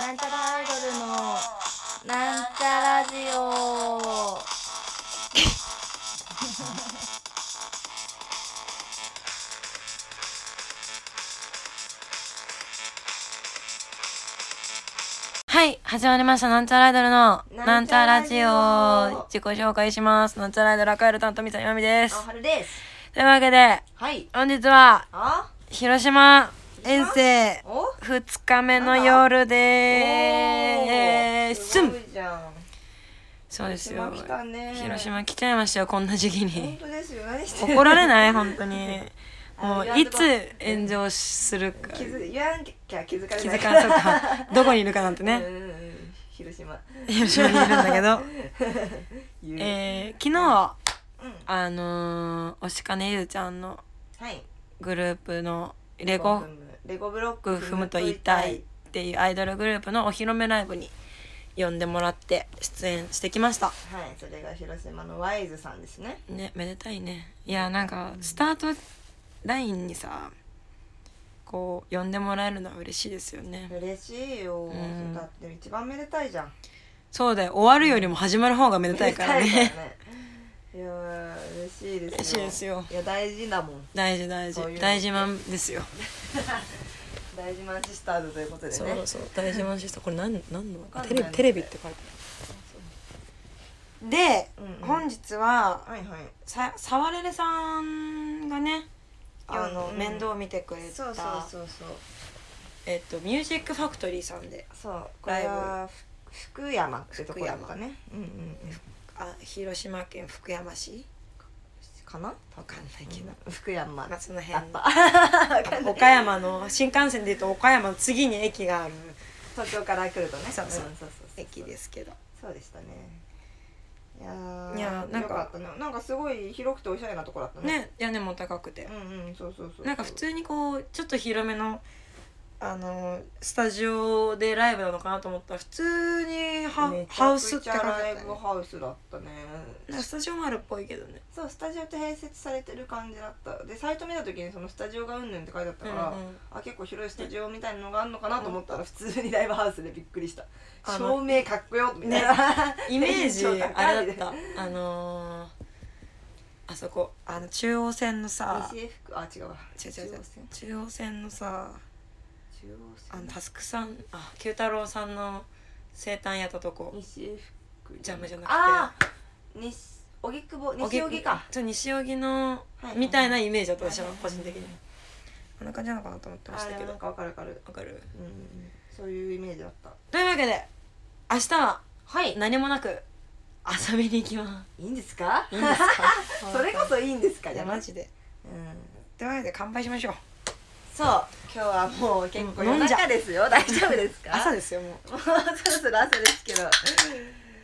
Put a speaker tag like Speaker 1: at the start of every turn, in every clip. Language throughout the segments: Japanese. Speaker 1: なんちゃらアイドルのなんちゃラジオ
Speaker 2: はい、始まりました。なんちゃらアイドルの、な
Speaker 1: な
Speaker 2: んん
Speaker 1: ち
Speaker 2: ち
Speaker 1: ゃ
Speaker 2: ゃ
Speaker 1: ラ
Speaker 2: ラ
Speaker 1: ジ
Speaker 2: ジ
Speaker 1: オ
Speaker 2: オ。自己紹介します。なんちゃらアイドル赤色担当、三谷まみです。
Speaker 1: 春です
Speaker 2: というわけで、
Speaker 1: はい
Speaker 2: 本日は、
Speaker 1: あ
Speaker 2: 広島遠征
Speaker 1: お
Speaker 2: 2日目の夜でーす。
Speaker 1: ごいじゃん
Speaker 2: そうですよ。
Speaker 1: 広島来たね
Speaker 2: 広島来ちゃいましたよ、こんな時期
Speaker 1: 本
Speaker 2: に。
Speaker 1: 当ですよ何してる
Speaker 2: 怒られない本当 に。も
Speaker 1: あ
Speaker 2: う、
Speaker 1: 言わん
Speaker 2: い
Speaker 1: とこ
Speaker 2: つ炎上するか。
Speaker 1: 気づ言わなきゃ気づかれ
Speaker 2: 気
Speaker 1: ない
Speaker 2: づかん、そうか。 どこにいるかなんて
Speaker 1: う
Speaker 2: ね。
Speaker 1: んうんうん広島
Speaker 2: 広島にいるんだけど。
Speaker 1: 言う
Speaker 2: えー、昨日、
Speaker 1: うん
Speaker 2: あのー、押金ゆうちゃんの
Speaker 1: はい
Speaker 2: グループのレゴ
Speaker 1: 踏むレゴブロック
Speaker 2: グ踏むと痛いっていうアイドルグループのお披露目ライブに呼んでもらって出演してきました
Speaker 1: はいそれが広島のワイズさんですね
Speaker 2: ねめでたいねいやなんかスタートラインにさこう呼んでもらえるのは嬉しいですよね
Speaker 1: 嬉しいよ、
Speaker 2: ん
Speaker 1: だって一番めでたいじゃん
Speaker 2: そうだよ終わるよりも始まる方がめでたいから
Speaker 1: めで
Speaker 2: ね
Speaker 1: たいからねいやー嬉しいですよ
Speaker 2: 嬉しいですよ
Speaker 1: いや大事だもん
Speaker 2: 大事大事
Speaker 1: そういうの
Speaker 2: 大事マンですよ
Speaker 1: 大事マンシスターズということでね
Speaker 2: そうそう大事マンシスターこれ何何の
Speaker 1: かん
Speaker 2: テ
Speaker 1: ない
Speaker 2: レビテレビって書いてあるで、
Speaker 1: うんうん
Speaker 2: 本日は
Speaker 1: はいはい
Speaker 2: さサワレレさんがねあの、
Speaker 1: うんうん
Speaker 2: 面倒見てくれた
Speaker 1: そうそうそうそう
Speaker 2: えっとミュージックファクトリーさんで
Speaker 1: そうこれはふ福山ってとこだったねうんうんうん
Speaker 2: あ広島県福山市
Speaker 1: かな
Speaker 2: わかんないけど、
Speaker 1: 福山
Speaker 2: ま
Speaker 1: だ
Speaker 2: あ
Speaker 1: っ
Speaker 2: その
Speaker 1: た
Speaker 2: 辺
Speaker 1: かんない
Speaker 2: 岡山の新幹線でいうと岡山の次に駅がある
Speaker 1: 東京から来るとね
Speaker 2: そうそうん
Speaker 1: そうそうそう
Speaker 2: 駅ですけど
Speaker 1: そうでしたねいやー
Speaker 2: いやーなんか
Speaker 1: よかったねなんかすごい広くておしゃれなとこだったね
Speaker 2: ね屋根も高くて、
Speaker 1: うんうんそうそうそう
Speaker 2: なんか普通にこうちょっと広めのあのスタジオでライブなのかなと思ったら普通にハ,、
Speaker 1: めちゃくちゃ
Speaker 2: ハウスって感じだった
Speaker 1: ライ
Speaker 2: ね
Speaker 1: ブハウスだったね
Speaker 2: なんかスタジオもあるっぽいけどね
Speaker 1: そうスタジオって併設されてる感じだったでサイト見た時にそのスタジオがうんぬんって書いてあったから、
Speaker 2: うんうん
Speaker 1: あ結構広いスタジオみたいなのがあるのかなと思ったら普通にライブハウスでびっくりした
Speaker 2: あの
Speaker 1: 照明かっこよみたいな、
Speaker 2: イメージ
Speaker 1: テンション高い
Speaker 2: あれだったあのー、あそこあの中央線のさ
Speaker 1: 西福あ違うわ
Speaker 2: 違う違う違う
Speaker 1: 中央線
Speaker 2: 中央線のさ
Speaker 1: 中
Speaker 2: あ
Speaker 1: 央
Speaker 2: の
Speaker 1: 線
Speaker 2: タスクさんあ九太郎さんの生誕やったとこ
Speaker 1: 西福
Speaker 2: ジャムじゃなくて
Speaker 1: あー西荻窪西荻か
Speaker 2: ちょ西荻の、
Speaker 1: はい
Speaker 2: みたいなイメージだった私は
Speaker 1: はいはい
Speaker 2: 個人的にこんな感じなのかなと思ってま
Speaker 1: あ
Speaker 2: した
Speaker 1: ー
Speaker 2: け
Speaker 1: でも
Speaker 2: ど
Speaker 1: なんかわかるわかる
Speaker 2: わかる
Speaker 1: うんうんうんそういうイメージだった
Speaker 2: というわけで明日は
Speaker 1: はい
Speaker 2: 何もなく遊びに行きま
Speaker 1: いいんですか
Speaker 2: すいいんです か
Speaker 1: それこそいいんですか
Speaker 2: い
Speaker 1: じゃ
Speaker 2: や
Speaker 1: あ
Speaker 2: マジで
Speaker 1: うん
Speaker 2: というわけで乾杯しましょう
Speaker 1: そう今日はもう結構夜
Speaker 2: 飲んじゃ
Speaker 1: 中ですよ大丈夫ですか
Speaker 2: 朝
Speaker 1: も
Speaker 2: ですよもう
Speaker 1: うそろそろ朝ですけど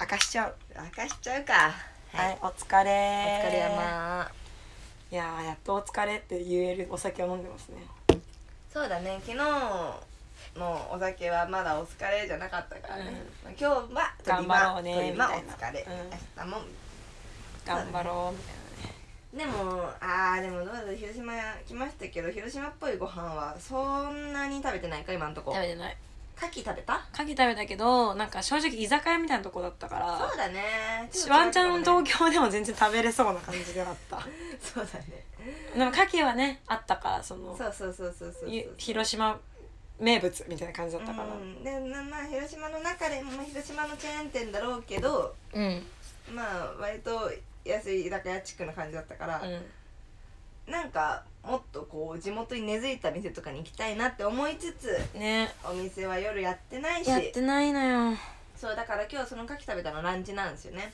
Speaker 2: 明かしちゃう
Speaker 1: 明かしちゃうか
Speaker 2: はい、お疲れ
Speaker 1: お
Speaker 2: ー
Speaker 1: 疲れ様
Speaker 2: いやーやっとお疲れって言えるお酒を飲んでますね
Speaker 1: そうだね昨日のお酒はまだお疲れじゃなかったからね、今日は
Speaker 2: 頑張ろうね
Speaker 1: 鳥間鳥間
Speaker 2: み
Speaker 1: お
Speaker 2: た
Speaker 1: 疲
Speaker 2: いな
Speaker 1: れ、明日も
Speaker 2: 頑張ろうみたいなね
Speaker 1: でもあーでもどうだろう広島来ましたけど広島っぽいご飯はそんなに食べてないか今んとこ
Speaker 2: 食べてない
Speaker 1: 牡蠣食べた
Speaker 2: 牡蠣食べたけどなんか正直居酒屋みたいなとこだったか
Speaker 1: そう
Speaker 2: ら
Speaker 1: だね
Speaker 2: ワンチャン
Speaker 1: 京
Speaker 2: 東京でも全然食べれそうな感じではあった
Speaker 1: そうだね
Speaker 2: でも牡蠣はねあったからその
Speaker 1: そうそうそうそうそうそう
Speaker 2: ゆ広島名物みたいな感じだったから
Speaker 1: うんでなまあ広島の中でも広島のチェーン店だろうけど
Speaker 2: うん、うん
Speaker 1: まあ割と安い居酒屋地区な感じだったから、なんかもっとこう地元に根付いた店とかに行きたいなって思いつつ
Speaker 2: ね
Speaker 1: お店は夜やってないし
Speaker 2: やってないのようん
Speaker 1: そうだから今日その牡蠣食べたのランチなんですよね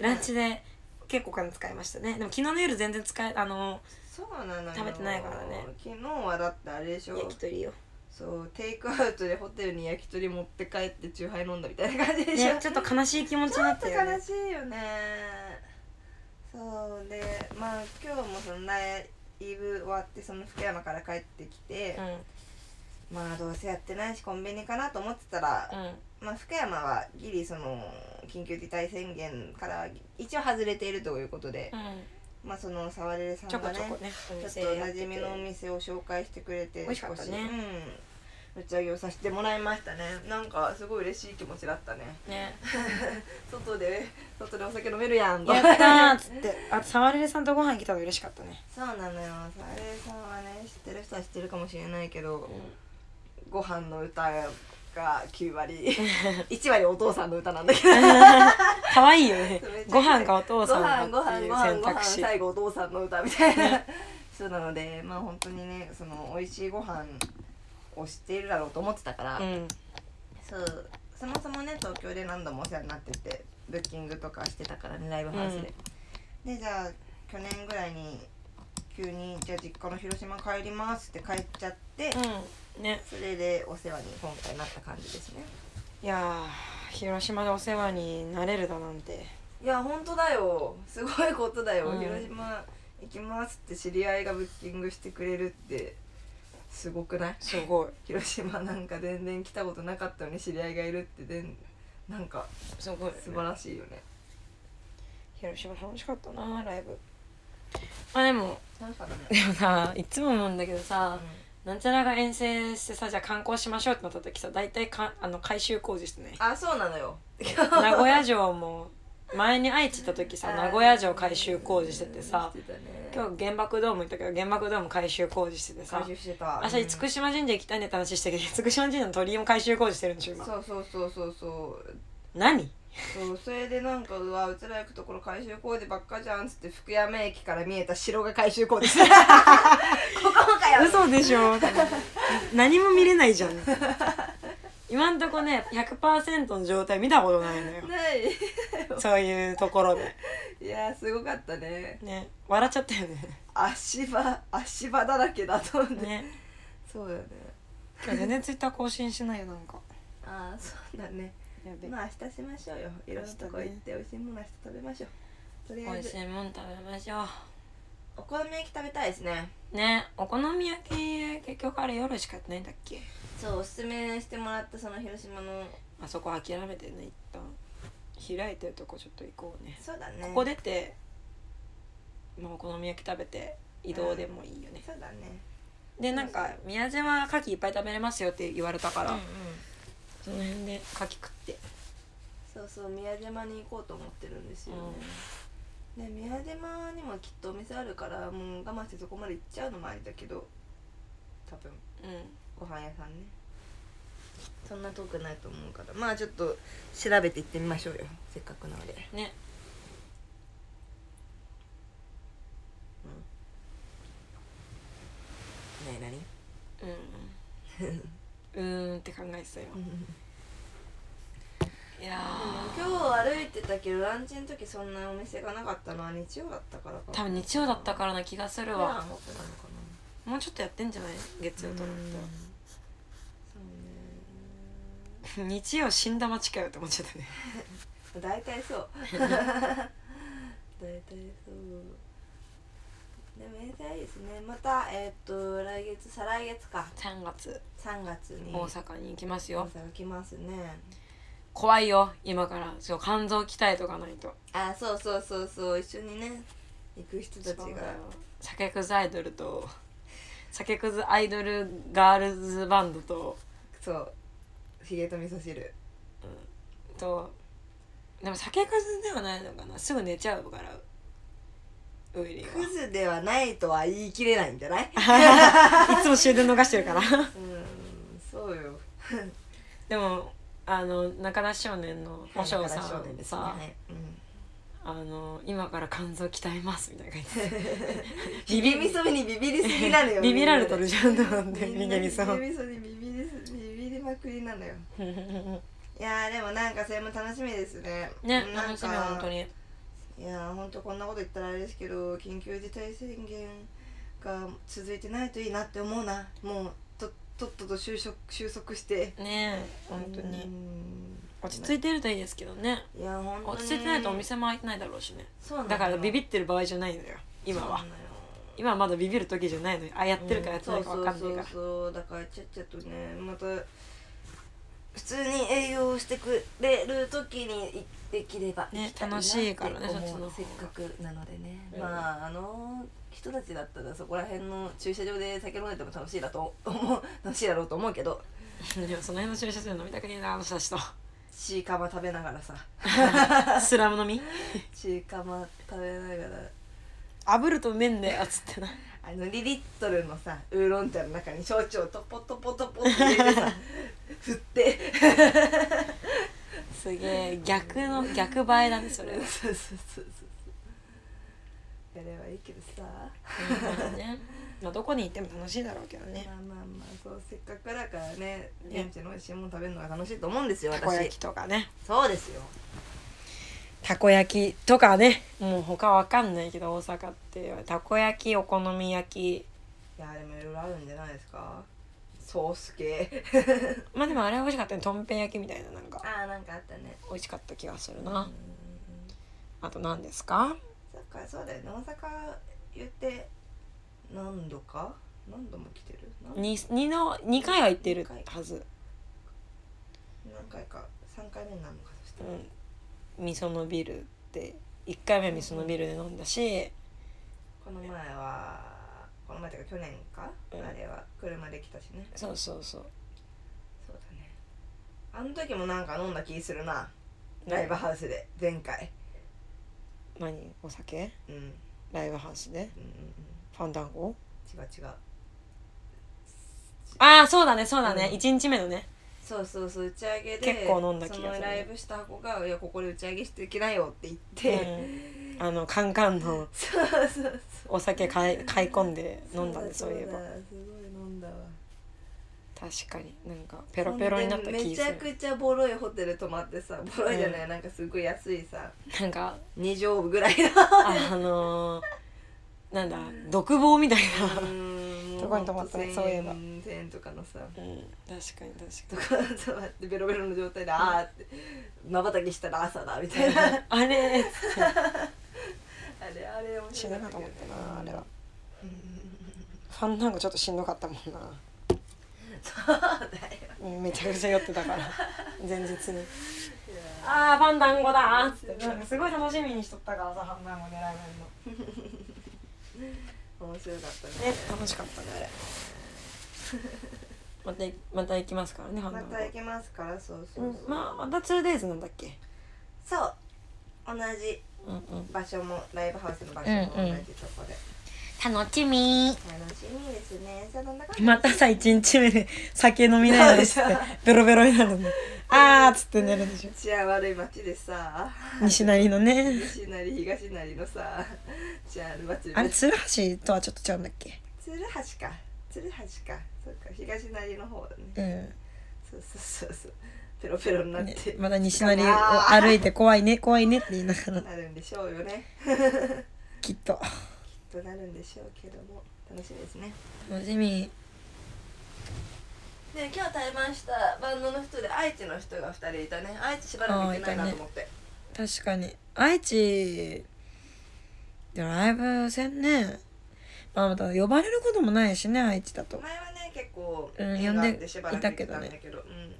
Speaker 2: ランチで結構お金使いましたねでも昨日の夜全然使えあの
Speaker 1: そうなのよ
Speaker 2: 食べてないからね
Speaker 1: 昨日はだってあれでしょ
Speaker 2: 焼き鳥よ
Speaker 1: そうテイクアウトでホテルに焼き鳥持って帰ってチューハイ飲んだみたいな感じでしょ、
Speaker 2: ね、ちょっと悲しい気持ち
Speaker 1: ち
Speaker 2: に
Speaker 1: ょ
Speaker 2: な
Speaker 1: っ
Speaker 2: っ
Speaker 1: と
Speaker 2: た
Speaker 1: 悲
Speaker 2: よね
Speaker 1: しいよねそうでまあ今日もそのライブ終わってその福山から帰ってきて、まあどうせやってないしコンビニかなと思ってたら、
Speaker 2: うんうん
Speaker 1: まあ福山はギリその緊急事態宣言から一応外れているということで、
Speaker 2: う
Speaker 1: まあそのサワレレさ
Speaker 2: んちょ
Speaker 1: ん
Speaker 2: こ
Speaker 1: がね
Speaker 2: ちょこねお
Speaker 1: ちょっ
Speaker 2: 店
Speaker 1: とお
Speaker 2: やっ
Speaker 1: な
Speaker 2: てて
Speaker 1: じみのお店を紹介してくれて
Speaker 2: 美味しかったね
Speaker 1: 少うん打ち上げをさせてもらいましたねなんかすごい嬉しい気持ちだったね
Speaker 2: ね
Speaker 1: 外で外でお酒飲めるやん
Speaker 2: やったーっつってあとサワレレさんとご飯来たの嬉しかったね
Speaker 1: そうなのよさえさんはね知ってる人は知ってるかもしれないけど、ご飯の歌が9割 1割お父さんの歌なんだ けど
Speaker 2: 可愛いよ ね
Speaker 1: めちゃくちゃ
Speaker 2: ご飯かお父
Speaker 1: ご
Speaker 2: さん
Speaker 1: 飯
Speaker 2: か
Speaker 1: ご
Speaker 2: って
Speaker 1: 飯
Speaker 2: い
Speaker 1: ご
Speaker 2: う選
Speaker 1: 飯ご
Speaker 2: 択
Speaker 1: 飯
Speaker 2: 肢
Speaker 1: 最後お父さんの歌みたいなそうなのでまあ本当にねその美味しいご飯を知っているだろうと思ってたから、
Speaker 2: うん
Speaker 1: そうそもそもね東京で何度もお世話になっててブッキングとかしてたからねライブハウスで、でじゃあ去年ぐらいに急に「じゃあ実家の広島帰ります」って帰っちゃって、
Speaker 2: うんね
Speaker 1: それでお世話に今回なった感じですね
Speaker 2: いやー広島でお世話になれるだなんて
Speaker 1: いや本当だよすごいことだよ、
Speaker 2: うん
Speaker 1: 広島行きますって知り合いがブッキングしてくれるってすごくない
Speaker 2: すごい
Speaker 1: 広島なんか全然来たことなかったのに知り合いがいるってでんなんか
Speaker 2: すごい
Speaker 1: 素晴らしいよね
Speaker 2: 広島楽しかったなライブまあでも
Speaker 1: 楽しかったね、
Speaker 2: でもさいつも思うんだけど
Speaker 1: うん
Speaker 2: さ、なんちゃらが遠征してさじゃあ観光しましょうってなった時さ大体かあの改修工事してね
Speaker 1: あそうなの よ
Speaker 2: 名古屋城も前に愛知行った時さ名古屋城改修工事しててさ
Speaker 1: してたね
Speaker 2: 今日原爆ドーム行ったけど原爆ドーム改修工事しててさ
Speaker 1: 回収してた
Speaker 2: 明日
Speaker 1: うん
Speaker 2: 厳島神社行きたいねって話してるけど厳島神社の鳥居も改修工事してるんでしょ今
Speaker 1: そうそうそうそうそう
Speaker 2: 何
Speaker 1: そうそれでなんかうわうちら行くところ改修工事ばっかじゃんっつって福山駅から見えた城が改修工事してたここかよ
Speaker 2: 嘘でし ょ何も見れないじゃん今んとこね100%の状態見たことないのよ
Speaker 1: ない
Speaker 2: そういうところで
Speaker 1: いやーすごかったね
Speaker 2: ね笑っちゃったよね
Speaker 1: 足場足場だらけだと思って、
Speaker 2: ね
Speaker 1: そうよね
Speaker 2: 今日全然ツイッター更新しないよなんか
Speaker 1: ああそうだね
Speaker 2: やべ
Speaker 1: まあ明日しましょうよいろんなとこ行って美味しいもの明日食べましょうとり
Speaker 2: 美
Speaker 1: あえ
Speaker 2: 味
Speaker 1: ず
Speaker 2: しいもん食べましょ
Speaker 1: お好み焼き食べたいですね
Speaker 2: うねお好み焼き結局あれ夜しかやってないんだっけ
Speaker 1: そうおすすめしてもらったその広島の
Speaker 2: あそこ諦めてね一旦開いてるとこちょっと行こうね
Speaker 1: そうだね
Speaker 2: ここ出て、まあ、お好み焼き食べて移動でもいいよね、
Speaker 1: そうだね
Speaker 2: でなんか宮島牡蠣いっぱい食べれますよって言われたから、
Speaker 1: うんうん
Speaker 2: その辺で牡蠣食って、
Speaker 1: そうそう宮島に行こうと思ってるんですよね、で宮島にもきっとお店あるからもう我慢してそこまで行っちゃうのもありだけど多分
Speaker 2: うん
Speaker 1: ご飯屋さんねそんな遠くないと思うからまあちょっと調べて行ってみましょうよせっかくなので
Speaker 2: うんね
Speaker 1: ねえ
Speaker 2: うんうーんって考えてたよ
Speaker 1: 何
Speaker 2: いやー
Speaker 1: 今日歩いてたけどランチの時そんなお店がなかったのは日曜だったからか
Speaker 2: 多分日曜だったからな気がする
Speaker 1: 普段
Speaker 2: わ
Speaker 1: はもっとなのかな
Speaker 2: もうちょっとやってんじゃない月曜と思っ
Speaker 1: そ
Speaker 2: た
Speaker 1: う
Speaker 2: ら 日曜死んだ街かよって思っちゃったね
Speaker 1: ね大体そう大体そうでも遠征いいですねまたえっ、と来月再来月か
Speaker 2: 3月
Speaker 1: 3月に
Speaker 2: 大阪に行きますよ、
Speaker 1: 大阪来ますね
Speaker 2: 怖いよ今からそう肝臓鍛えとかないと
Speaker 1: あそうそうそうそう一緒にね行く人たちが
Speaker 2: そうだよ酒くずアイドルと酒くずアイドルガールズバンドと
Speaker 1: そうヒゲと味噌汁
Speaker 2: とでも酒くずではないのかなすぐ寝ちゃうからウイリー
Speaker 1: クズではないとは言い切れないんじ ゃない
Speaker 2: はいつも終電逃してるから
Speaker 1: うんそうよ
Speaker 2: でもあの中田少年の和尚さ
Speaker 1: 中田少
Speaker 2: ん
Speaker 1: 年
Speaker 2: で
Speaker 1: です
Speaker 2: さ、
Speaker 1: ねうん
Speaker 2: あの今から肝臓鍛えますみたいな感じで
Speaker 1: ビビ味噌にビビりすぎなのよ
Speaker 2: ビビられとるじゃんと思って
Speaker 1: み
Speaker 2: ビ
Speaker 1: んな
Speaker 2: ビ味
Speaker 1: ビビ
Speaker 2: 噌
Speaker 1: 味噌にビビりすビビりまくりなのよ
Speaker 2: ね
Speaker 1: いやーでもなんかそれも楽しみですねなん
Speaker 2: 楽しみ本当に
Speaker 1: いやーほんとこんなこと言ったらあれですけど緊急事態宣言が続いてないといいなって思うなもうととっとと収束収束して
Speaker 2: ね本当
Speaker 1: うー
Speaker 2: に
Speaker 1: ん
Speaker 2: 落ち着いてるといいですけどね
Speaker 1: いや本当に
Speaker 2: 落ち着いてないとお店も開いてないだろうしね
Speaker 1: そうなのよ
Speaker 2: だからビビってる場合じゃないのよ今は
Speaker 1: そうなのよ
Speaker 2: 今はまだビビる時じゃないのよあやってるかやって
Speaker 1: そ
Speaker 2: な
Speaker 1: う
Speaker 2: いか
Speaker 1: そ
Speaker 2: 分
Speaker 1: う
Speaker 2: かん
Speaker 1: そ
Speaker 2: ないうか
Speaker 1: そうだからちゃっちゃとねまた普通に営業してくれる時にできれば
Speaker 2: ね
Speaker 1: 行きたな
Speaker 2: 楽しいからね
Speaker 1: って思う
Speaker 2: そっちの方
Speaker 1: せっかくなのでね、
Speaker 2: うん
Speaker 1: まああの人たちだったらそこら辺の駐車場で酒飲んでても楽しいだと 思う楽しいだろうと思うけど
Speaker 2: でもその辺の駐車場飲みたくねえなあの人たちと
Speaker 1: チーカマ食べながらさ
Speaker 2: スラム飲み
Speaker 1: チーカマ食べながら
Speaker 2: 炙ると麺であつってな
Speaker 1: あの2リットルのさウーロン茶の中に焼酎をトポトポトポって入れて さ振って
Speaker 2: すげえ逆の逆映えだねそれ
Speaker 1: そうそうそうそうやればいいけどさ
Speaker 2: ねまあどこに行っても楽しいだろうけどね
Speaker 1: まあまあまあそうせっかくだからね
Speaker 2: ね
Speaker 1: 現地の美味しいもの食べるのが楽しいと思うんですよ
Speaker 2: たこ焼
Speaker 1: 私
Speaker 2: きとかね
Speaker 1: そうですよ
Speaker 2: たこ焼きとかねもう他わかんないけど大阪ってたこ焼きお好み焼き
Speaker 1: いやでもいろいろあるんじゃないですかソー ス系
Speaker 2: まあでもあれは美味しかったねとんぺん焼きみたいななんか
Speaker 1: ああなんかあったね
Speaker 2: 美味しかった気がする
Speaker 1: うん
Speaker 2: なあと何ですか
Speaker 1: そっかそうだよね大阪言って何度か何度も来てる何
Speaker 2: 2, 二の二回は行ってるはず
Speaker 1: 何回か3回目になるのかそしたら
Speaker 2: うん味噌のビールって1回目は味噌のビールで飲んだし
Speaker 1: この前はこの前っていうか去年か、
Speaker 2: うん
Speaker 1: あれは車で来たしね
Speaker 2: そうそうそう
Speaker 1: そうだねあの時もなんか飲んだ気するなライブハウスで前回
Speaker 2: 何お酒
Speaker 1: うんうんうんうん
Speaker 2: ライブハウスでファンダンゴ
Speaker 1: 違う違う
Speaker 2: ああそうだねそうだね、
Speaker 1: うん
Speaker 2: 一1日目のね
Speaker 1: そうそうそう打ち上げで
Speaker 2: 結構飲んだ気がする
Speaker 1: そのライブした子が「いやここで打ち上げしてきなよ」って言って、
Speaker 2: あのカンカンの
Speaker 1: そうそうそう
Speaker 2: お酒買い買い込んで飲んだねそういえば
Speaker 1: だすごい飲んだわ
Speaker 2: 確かになんかペロペロになった
Speaker 1: ほんで
Speaker 2: 気
Speaker 1: め
Speaker 2: す
Speaker 1: ちゃ
Speaker 2: る
Speaker 1: くちゃボロいホテル泊まってさボロいじゃない、
Speaker 2: う
Speaker 1: なんかすごい安いさ
Speaker 2: なんか
Speaker 1: 2畳ぐらいの
Speaker 2: ああのーなんだ独房みたいな、ど
Speaker 1: ど
Speaker 2: こに泊まったのそういえば
Speaker 1: 1000円とかのさ
Speaker 2: うん、確かに確
Speaker 1: と
Speaker 2: かに
Speaker 1: か泊まってベロベロの状態であーってまばたきしたら朝だみたいなあ
Speaker 2: あれ
Speaker 1: れあれ面
Speaker 2: し
Speaker 1: 白
Speaker 2: んど
Speaker 1: か
Speaker 2: か
Speaker 1: っ
Speaker 2: ったた
Speaker 1: け
Speaker 2: も
Speaker 1: ど
Speaker 2: んなあれはファンなんかちょっとしんどかったもんな
Speaker 1: そうだよ
Speaker 2: うんめちゃくちゃ酔ってた から前日にああファン団子だーっつってなんかすごい楽しみにしとったからさファン団子でライブ
Speaker 1: 面白かったね
Speaker 2: やるのね楽しかったねあれ またまた行きますからねファン
Speaker 1: ま
Speaker 2: 団子
Speaker 1: た行きますからそうそううんそう、
Speaker 2: まあまた 2days なんだっけ
Speaker 1: そう同じ
Speaker 2: うんうん
Speaker 1: 場所もライブハウスの場所も同じとこで、
Speaker 2: 楽しみ
Speaker 1: 楽しみですねさあなんだかんだ
Speaker 2: またさ1日目で酒飲みないのにしてベロベロにな るのあーっつって寝るんでしょ
Speaker 1: 治安悪い街でさ
Speaker 2: 西成のね
Speaker 1: 西成東成のさ治安ある街
Speaker 2: あれ
Speaker 1: で
Speaker 2: 鶴橋とはちょっと違うんだっけ
Speaker 1: 鶴橋か鶴橋かそうか東成の方だね、
Speaker 2: うん
Speaker 1: そうそうそうそうペロペロになっ
Speaker 2: ね
Speaker 1: て、
Speaker 2: まだ西成を歩いて怖いね怖いねって言いながら
Speaker 1: なるんでしょうよね
Speaker 2: きっと
Speaker 1: となるんでしょうけども楽しみですね
Speaker 2: 楽しみ
Speaker 1: で今日対バンしたバンドの人で愛知の人が2人いたね愛知しばらく行ってないなと思って、
Speaker 2: 確かに愛知でライブせんねまあまた呼ばれることもないしね愛知だと
Speaker 1: 前はね結構
Speaker 2: うん
Speaker 1: 縁があっ
Speaker 2: 呼んで
Speaker 1: てしばらく行ってたんだ
Speaker 2: いた
Speaker 1: けどうん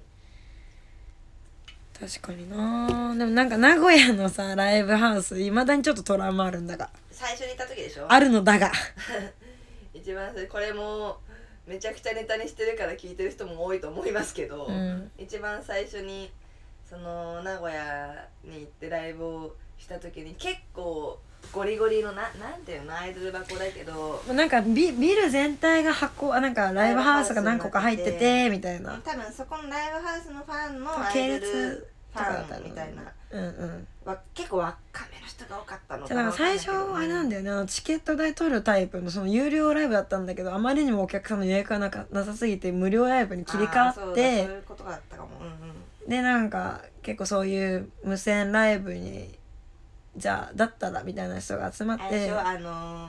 Speaker 2: 確かになでもなんか名古屋のさライブハウスいまだにちょっとトラウマあるんだが
Speaker 1: 最初に行った時でしょ
Speaker 2: あるのだが
Speaker 1: 一番最初これもめちゃくちゃネタにしてるから聞いてる人も多いと思いますけど、
Speaker 2: うん
Speaker 1: 一番最初にその名古屋に行ってライブをした時に結構ゴリゴリのななんていうのアイドル箱だけど
Speaker 2: なんかビビル全体が箱あなんかライブハウスが何個か入っててみたいな
Speaker 1: 多分そこのライブハウスのファンのア
Speaker 2: 系
Speaker 1: イド
Speaker 2: 列
Speaker 1: ルフ
Speaker 2: とかだった
Speaker 1: ァ
Speaker 2: の
Speaker 1: ンみたいな
Speaker 2: うんうん
Speaker 1: わ結構若めの人が多かったの
Speaker 2: じゃあなんか最初あれなん
Speaker 1: だ
Speaker 2: だよねあのチケット代取るタイプのその有料ライブだったんだけどあまりにもお客さんの予約がなかなさすぎて無料ライブに切り替わっ
Speaker 1: そう
Speaker 2: て
Speaker 1: いうことだったかもうんうん
Speaker 2: でなんか結構そういう無線ライブにじゃあだったらみたいな人が集まっ
Speaker 1: あれで
Speaker 2: て
Speaker 1: しょあのー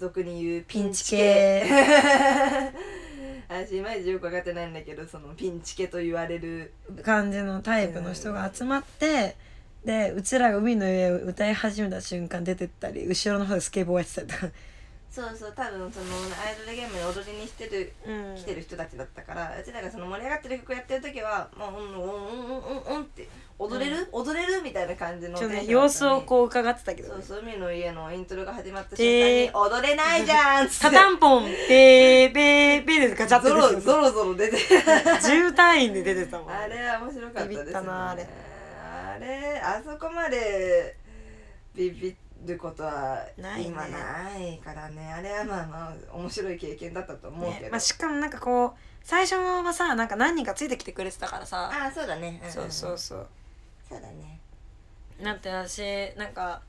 Speaker 1: 俗に言うピンチ系
Speaker 2: ピン
Speaker 1: 私いまいちよく分かってないんだけどそのピンチ系と言われる
Speaker 2: 感じのタイプの人が集まってでうちらが海の上を歌い始めた瞬間出てったり後ろの方でスケボーやってたりとか
Speaker 1: そうそう多分そのアイドルゲームで踊りにしてる
Speaker 2: うん
Speaker 1: 来てる人たちだったからうちらがその盛り上がってる曲やってる時はもう「うんうんうんうんうん」って踊れる、踊れるみたいな感じの
Speaker 2: ちょっと
Speaker 1: テ
Speaker 2: ね
Speaker 1: ンション
Speaker 2: 様
Speaker 1: だった
Speaker 2: 子
Speaker 1: の
Speaker 2: を
Speaker 1: に
Speaker 2: こう伺ってたけど
Speaker 1: そう
Speaker 2: ね
Speaker 1: そう海の家のイントロが始まった瞬間
Speaker 2: で
Speaker 1: に「踊れないじゃん」っつ
Speaker 2: タ
Speaker 1: って
Speaker 2: タンポンベーベーベーですガチャって
Speaker 1: ゾロ
Speaker 2: 出て
Speaker 1: ゾ
Speaker 2: る
Speaker 1: ロゾロ出て
Speaker 2: 渋滞員で出てたもん
Speaker 1: あれは面白かったですね
Speaker 2: ビビったなあれ
Speaker 1: あれあそこまでビビることは
Speaker 2: ないね
Speaker 1: 今ないからねあれはまあまあ面白い経験だったと思うけど、
Speaker 2: ねまあ、しかもなんかこう最初はさなんか何人かついてきてくれてたからさ
Speaker 1: ああそうだね、んん
Speaker 2: そうそうそう
Speaker 1: そうだね
Speaker 2: なんて私なんか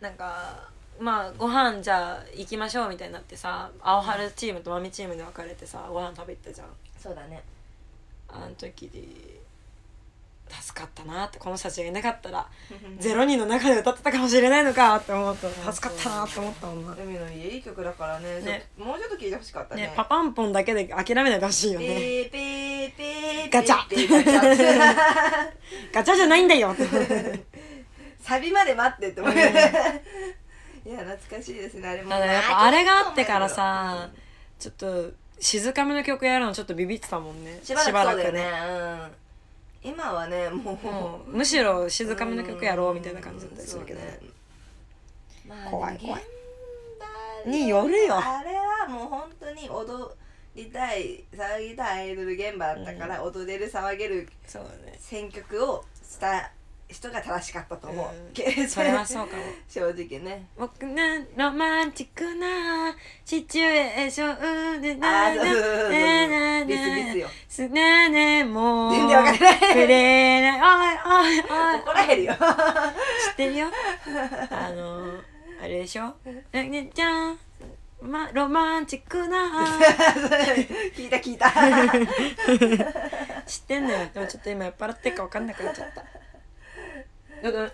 Speaker 2: なんかまあご飯じゃあ行きましょうみたいになってさ青春チームとまみチームで分かれてさご飯食べ行ったじゃん
Speaker 1: そうだね
Speaker 2: あの時で助かったなってこの人たちがいなかったら0人の中で歌ってたかもしれないのかって思った助かったなって思ったもんな
Speaker 1: 海の家いい曲だからね
Speaker 2: ね
Speaker 1: ちょっともうちょっと聴いてほしかったね
Speaker 2: ねパパンポンだけで諦めないでほしいよ
Speaker 1: ピ
Speaker 2: ね
Speaker 1: ーピーピー
Speaker 2: ガチャ
Speaker 1: ピーピーガチャ
Speaker 2: ガチャじゃないんだよって
Speaker 1: サビまで待ってって思ういや懐かしいですねあれも
Speaker 2: ただやっぱあれがあってからさちょっと静かめの曲やるのちょっとビビってたもんね
Speaker 1: しばらくそうだよねうん今はねもう
Speaker 2: もうむしろ静かめの曲やろうみたいな感じだったりするけど
Speaker 1: うん
Speaker 2: ね
Speaker 1: そうねまあ
Speaker 2: 怖い怖い
Speaker 1: でも現場
Speaker 2: によるよ
Speaker 1: あれはもう本当に踊りたい騒ぎたいアイドル現場だったから、踊れる騒げる
Speaker 2: そうだね
Speaker 1: 選曲をした人が正しかったと思う、
Speaker 2: うん
Speaker 1: け
Speaker 2: それはそう かも
Speaker 1: 正直ね
Speaker 2: 僕ねロマンチックなシチュエーションで
Speaker 1: あ
Speaker 2: な
Speaker 1: あそうそうそうそう
Speaker 2: ねね
Speaker 1: ビスビス
Speaker 2: ね
Speaker 1: よ
Speaker 2: すねねもう
Speaker 1: 全然わからない
Speaker 2: 触れないおいおいおい
Speaker 1: 怒られるよ
Speaker 2: 知ってるよあのあれでしょねねじゃんまロマンチックな
Speaker 1: 聞いた 聞いた
Speaker 2: 知ってんのよでもちょっと今酔っ払ってるか分かんなくなっちゃっただから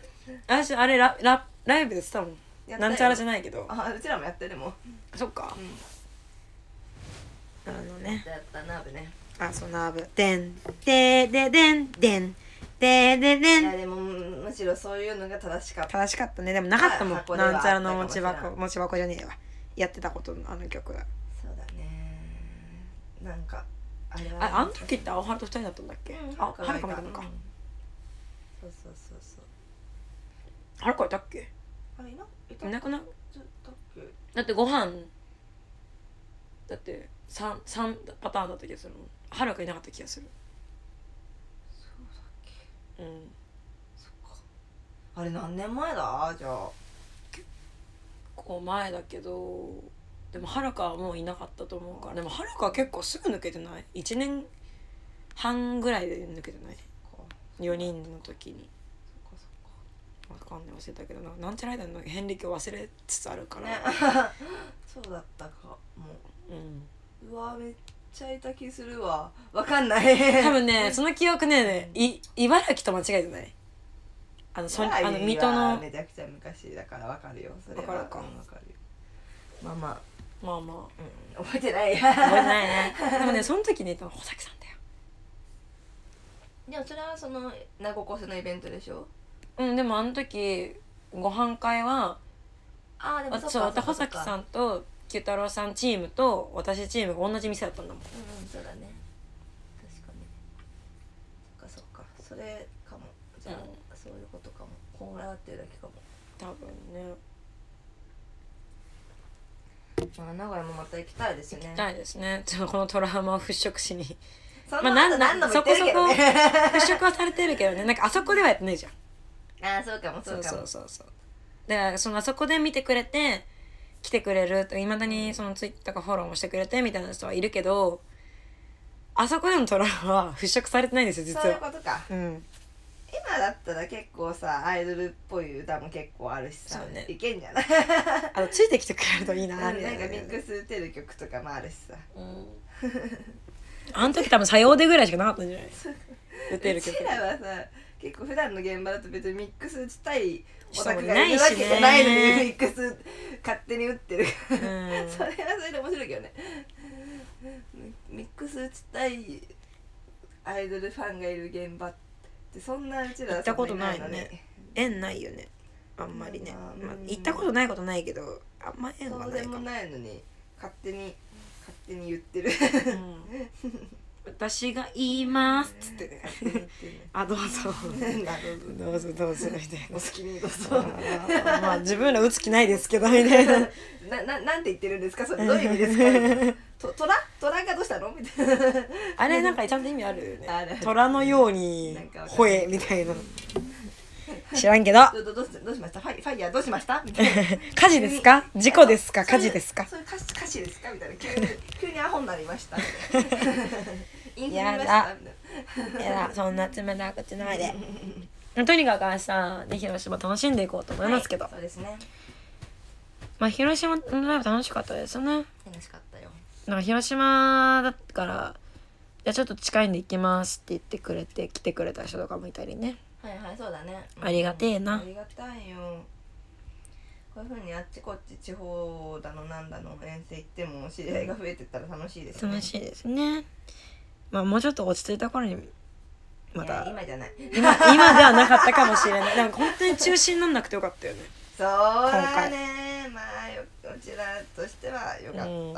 Speaker 2: 私あれララライブでしたもん
Speaker 1: やったよ
Speaker 2: なんちゃらじゃないけど
Speaker 1: あうちらもやってるもん、
Speaker 2: そっか
Speaker 1: うん
Speaker 2: あのね
Speaker 1: やったなぶね
Speaker 2: あそのあぶでんでででんでんででで
Speaker 1: いや
Speaker 2: ん
Speaker 1: でもむしろそういうのが正しかった
Speaker 2: 正しかったねでもなかったもん
Speaker 1: まあ箱では
Speaker 2: なんちゃらの持ち
Speaker 1: あったか
Speaker 2: 箱持
Speaker 1: もしれな
Speaker 2: ち箱じゃねえわやってたことのあの曲が
Speaker 1: そうだねなんかあれは
Speaker 2: ああの時って青春と二人だったんだっけ、
Speaker 1: うん
Speaker 2: あは
Speaker 1: は
Speaker 2: る
Speaker 1: る
Speaker 2: か
Speaker 1: か
Speaker 2: もい
Speaker 1: も
Speaker 2: た
Speaker 1: いた
Speaker 2: のか、
Speaker 1: うんそうそうそうそう
Speaker 2: はるかいたっけ
Speaker 1: あれいないた
Speaker 2: い
Speaker 1: い
Speaker 2: な
Speaker 1: な
Speaker 2: くない
Speaker 1: ずっとっけ
Speaker 2: だってご飯だって三三パターンだった気がするもんはるかいなかった気がする
Speaker 1: そうだっけ
Speaker 2: うん
Speaker 1: そっかあれ何年前だじゃあ
Speaker 2: こう前だけどでもはるかはもういなかったと思うからでもはるかは結構すぐ抜けてない1年半ぐらいで抜けてない
Speaker 1: そっか
Speaker 2: 4人の時に
Speaker 1: そっかそっか
Speaker 2: わかんない忘れたけどななんちゃらいだの遍歴を忘れつつあるから、
Speaker 1: ね そうだったかも
Speaker 2: うん
Speaker 1: ううわめっちゃいた気するわわかんない
Speaker 2: 多分 ねその記憶ねい茨城と間違えてないあのそ あの水戸の
Speaker 1: めちゃくちゃ昔だからわかるよそれは
Speaker 2: わかるか
Speaker 1: うんわかるよまあま
Speaker 2: まあま
Speaker 1: あ、うん、覚えてない
Speaker 2: あ覚えてないねでもねその時ね多分穂崎さんだよ
Speaker 1: でもそれはその名古コスのイベントでしょ
Speaker 2: うんでもあの時ご飯会は
Speaker 1: ああでも
Speaker 2: あ
Speaker 1: そっか
Speaker 2: そう
Speaker 1: そっか
Speaker 2: 穂崎
Speaker 1: そ
Speaker 2: さ
Speaker 1: っか
Speaker 2: んと九太郎さんチームと私チームが同じ店だったんだもん
Speaker 1: うんうんそうだね確かにそっかそっかそれかもじゃあ、
Speaker 2: うん
Speaker 1: そういうことかもこんがらがってるだけかも
Speaker 2: 多分ね
Speaker 1: まあ名古屋もまた行きたいですよね
Speaker 2: 痛いですねちょっとこのトラウマを払拭しに
Speaker 1: そん
Speaker 2: まあ
Speaker 1: なこと
Speaker 2: なん
Speaker 1: 何度も言ってるけどね、
Speaker 2: 払拭はされてるけどねなんかあそこではやってないじゃん
Speaker 1: ああそうかもそ
Speaker 2: そうう
Speaker 1: か
Speaker 2: そ
Speaker 1: も
Speaker 2: うそうそうだからそのあそこで見てくれて来てくれるいまだにそのツイッターかフォローもしてくれてみたいな人はいるけどあそこでのトラウマは払拭されてないんですよ実
Speaker 1: そういう
Speaker 2: は
Speaker 1: ことか
Speaker 2: うん
Speaker 1: 今だったら結構さアイドルっぽい歌も結構あるしさ
Speaker 2: そうね
Speaker 1: いけんじゃない
Speaker 2: あのついてきてくれるといい
Speaker 1: な
Speaker 2: なみ
Speaker 1: ん
Speaker 2: た
Speaker 1: か
Speaker 2: いな
Speaker 1: ミックス打てる曲とかもあるしさ
Speaker 2: うんあの時多分「さようで」ぐらいしかなかったんじゃない 打て
Speaker 1: う
Speaker 2: る曲
Speaker 1: ちらはさ結構普段の現場だと別にミックス打ちたいオタク
Speaker 2: そう
Speaker 1: が
Speaker 2: ないい
Speaker 1: る
Speaker 2: し
Speaker 1: わ
Speaker 2: ね
Speaker 1: けじゃないのにミックス勝手に打ってる
Speaker 2: う
Speaker 1: そ
Speaker 2: ん
Speaker 1: れはそれで面白いけどねミミックス打ちたいアイドルファンがいる現場ってそんなうちら
Speaker 2: 行ったことないよね
Speaker 1: そんいのに
Speaker 2: 縁ないよねあんまりね、
Speaker 1: まあ
Speaker 2: まあ
Speaker 1: うん
Speaker 2: 行ったことないことないけど甘えんは
Speaker 1: そう
Speaker 2: な
Speaker 1: で
Speaker 2: い
Speaker 1: も
Speaker 2: かも、
Speaker 1: ないのに勝手に勝手に言ってる
Speaker 2: うん、私が言いますっつってね
Speaker 1: 勝手に言ってる
Speaker 2: あどうぞ
Speaker 1: ねなる
Speaker 2: どうぞどうぞみたい
Speaker 1: ほどお
Speaker 2: な
Speaker 1: 好きにどう
Speaker 2: あ
Speaker 1: ぞ
Speaker 2: ーまあ自分ら打つ気ないですけどみたい な
Speaker 1: なななんて言ってるんですかそれどういう意味ですかみた いなと虎虎がどうしたのみたいな
Speaker 2: あれなんかちゃんと意味あるよ
Speaker 1: あるあ
Speaker 2: ね
Speaker 1: る
Speaker 2: 虎のように
Speaker 1: なんかわかんない
Speaker 2: 吠えみたいな知らんけど
Speaker 1: どどどうしどうしましたファイファイヤーどうしましたみたいな
Speaker 2: 火事ですか事故ですか火事ですか
Speaker 1: そういう歌詞歌詞ですかみたいな急 に急にアホになりましたみたいなインフルエンザ
Speaker 2: やだ
Speaker 1: みたいない
Speaker 2: やそんな冷たくしないでとにかく明日ね広島楽しんでいこうと思いますけど、
Speaker 1: はいそうですね
Speaker 2: まあ広島のライブ楽しかったですね
Speaker 1: 楽しかったよ
Speaker 2: なんか広島だからじゃあちょっと近いんで行きますって言ってくれて来てくれた人とかもいたりね
Speaker 1: はいはいそうだね
Speaker 2: ありがてえな
Speaker 1: うんありがたいよこういうふうにあっちこっち地方だのなんだの遠征行っても知り合いが増えてったら楽しいですね
Speaker 2: 楽しいですねまあもうちょっと落ち着いた頃にま
Speaker 1: いや
Speaker 2: た
Speaker 1: 今じゃない
Speaker 2: 今今ではなかったかもしれないなん か本当に中心になんなくてよかったよね
Speaker 1: そうだねまあよこちらとしては良かった、
Speaker 2: う
Speaker 1: うんん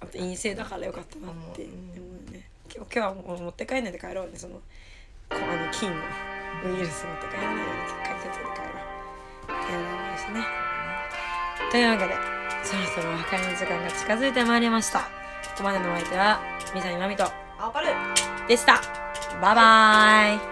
Speaker 2: あと陰性だからよかったなって思
Speaker 1: うん
Speaker 2: うね今日今日はもう持って帰んないで帰ろうねそのこうあの菌をウイルス持って帰らないように解決で帰ろうっていうのもあるしねというわけでそろそろお別れの時間が近づいてまいりましたここまでのお相手はみさみまみと
Speaker 1: 青パル
Speaker 2: でしたバイバイ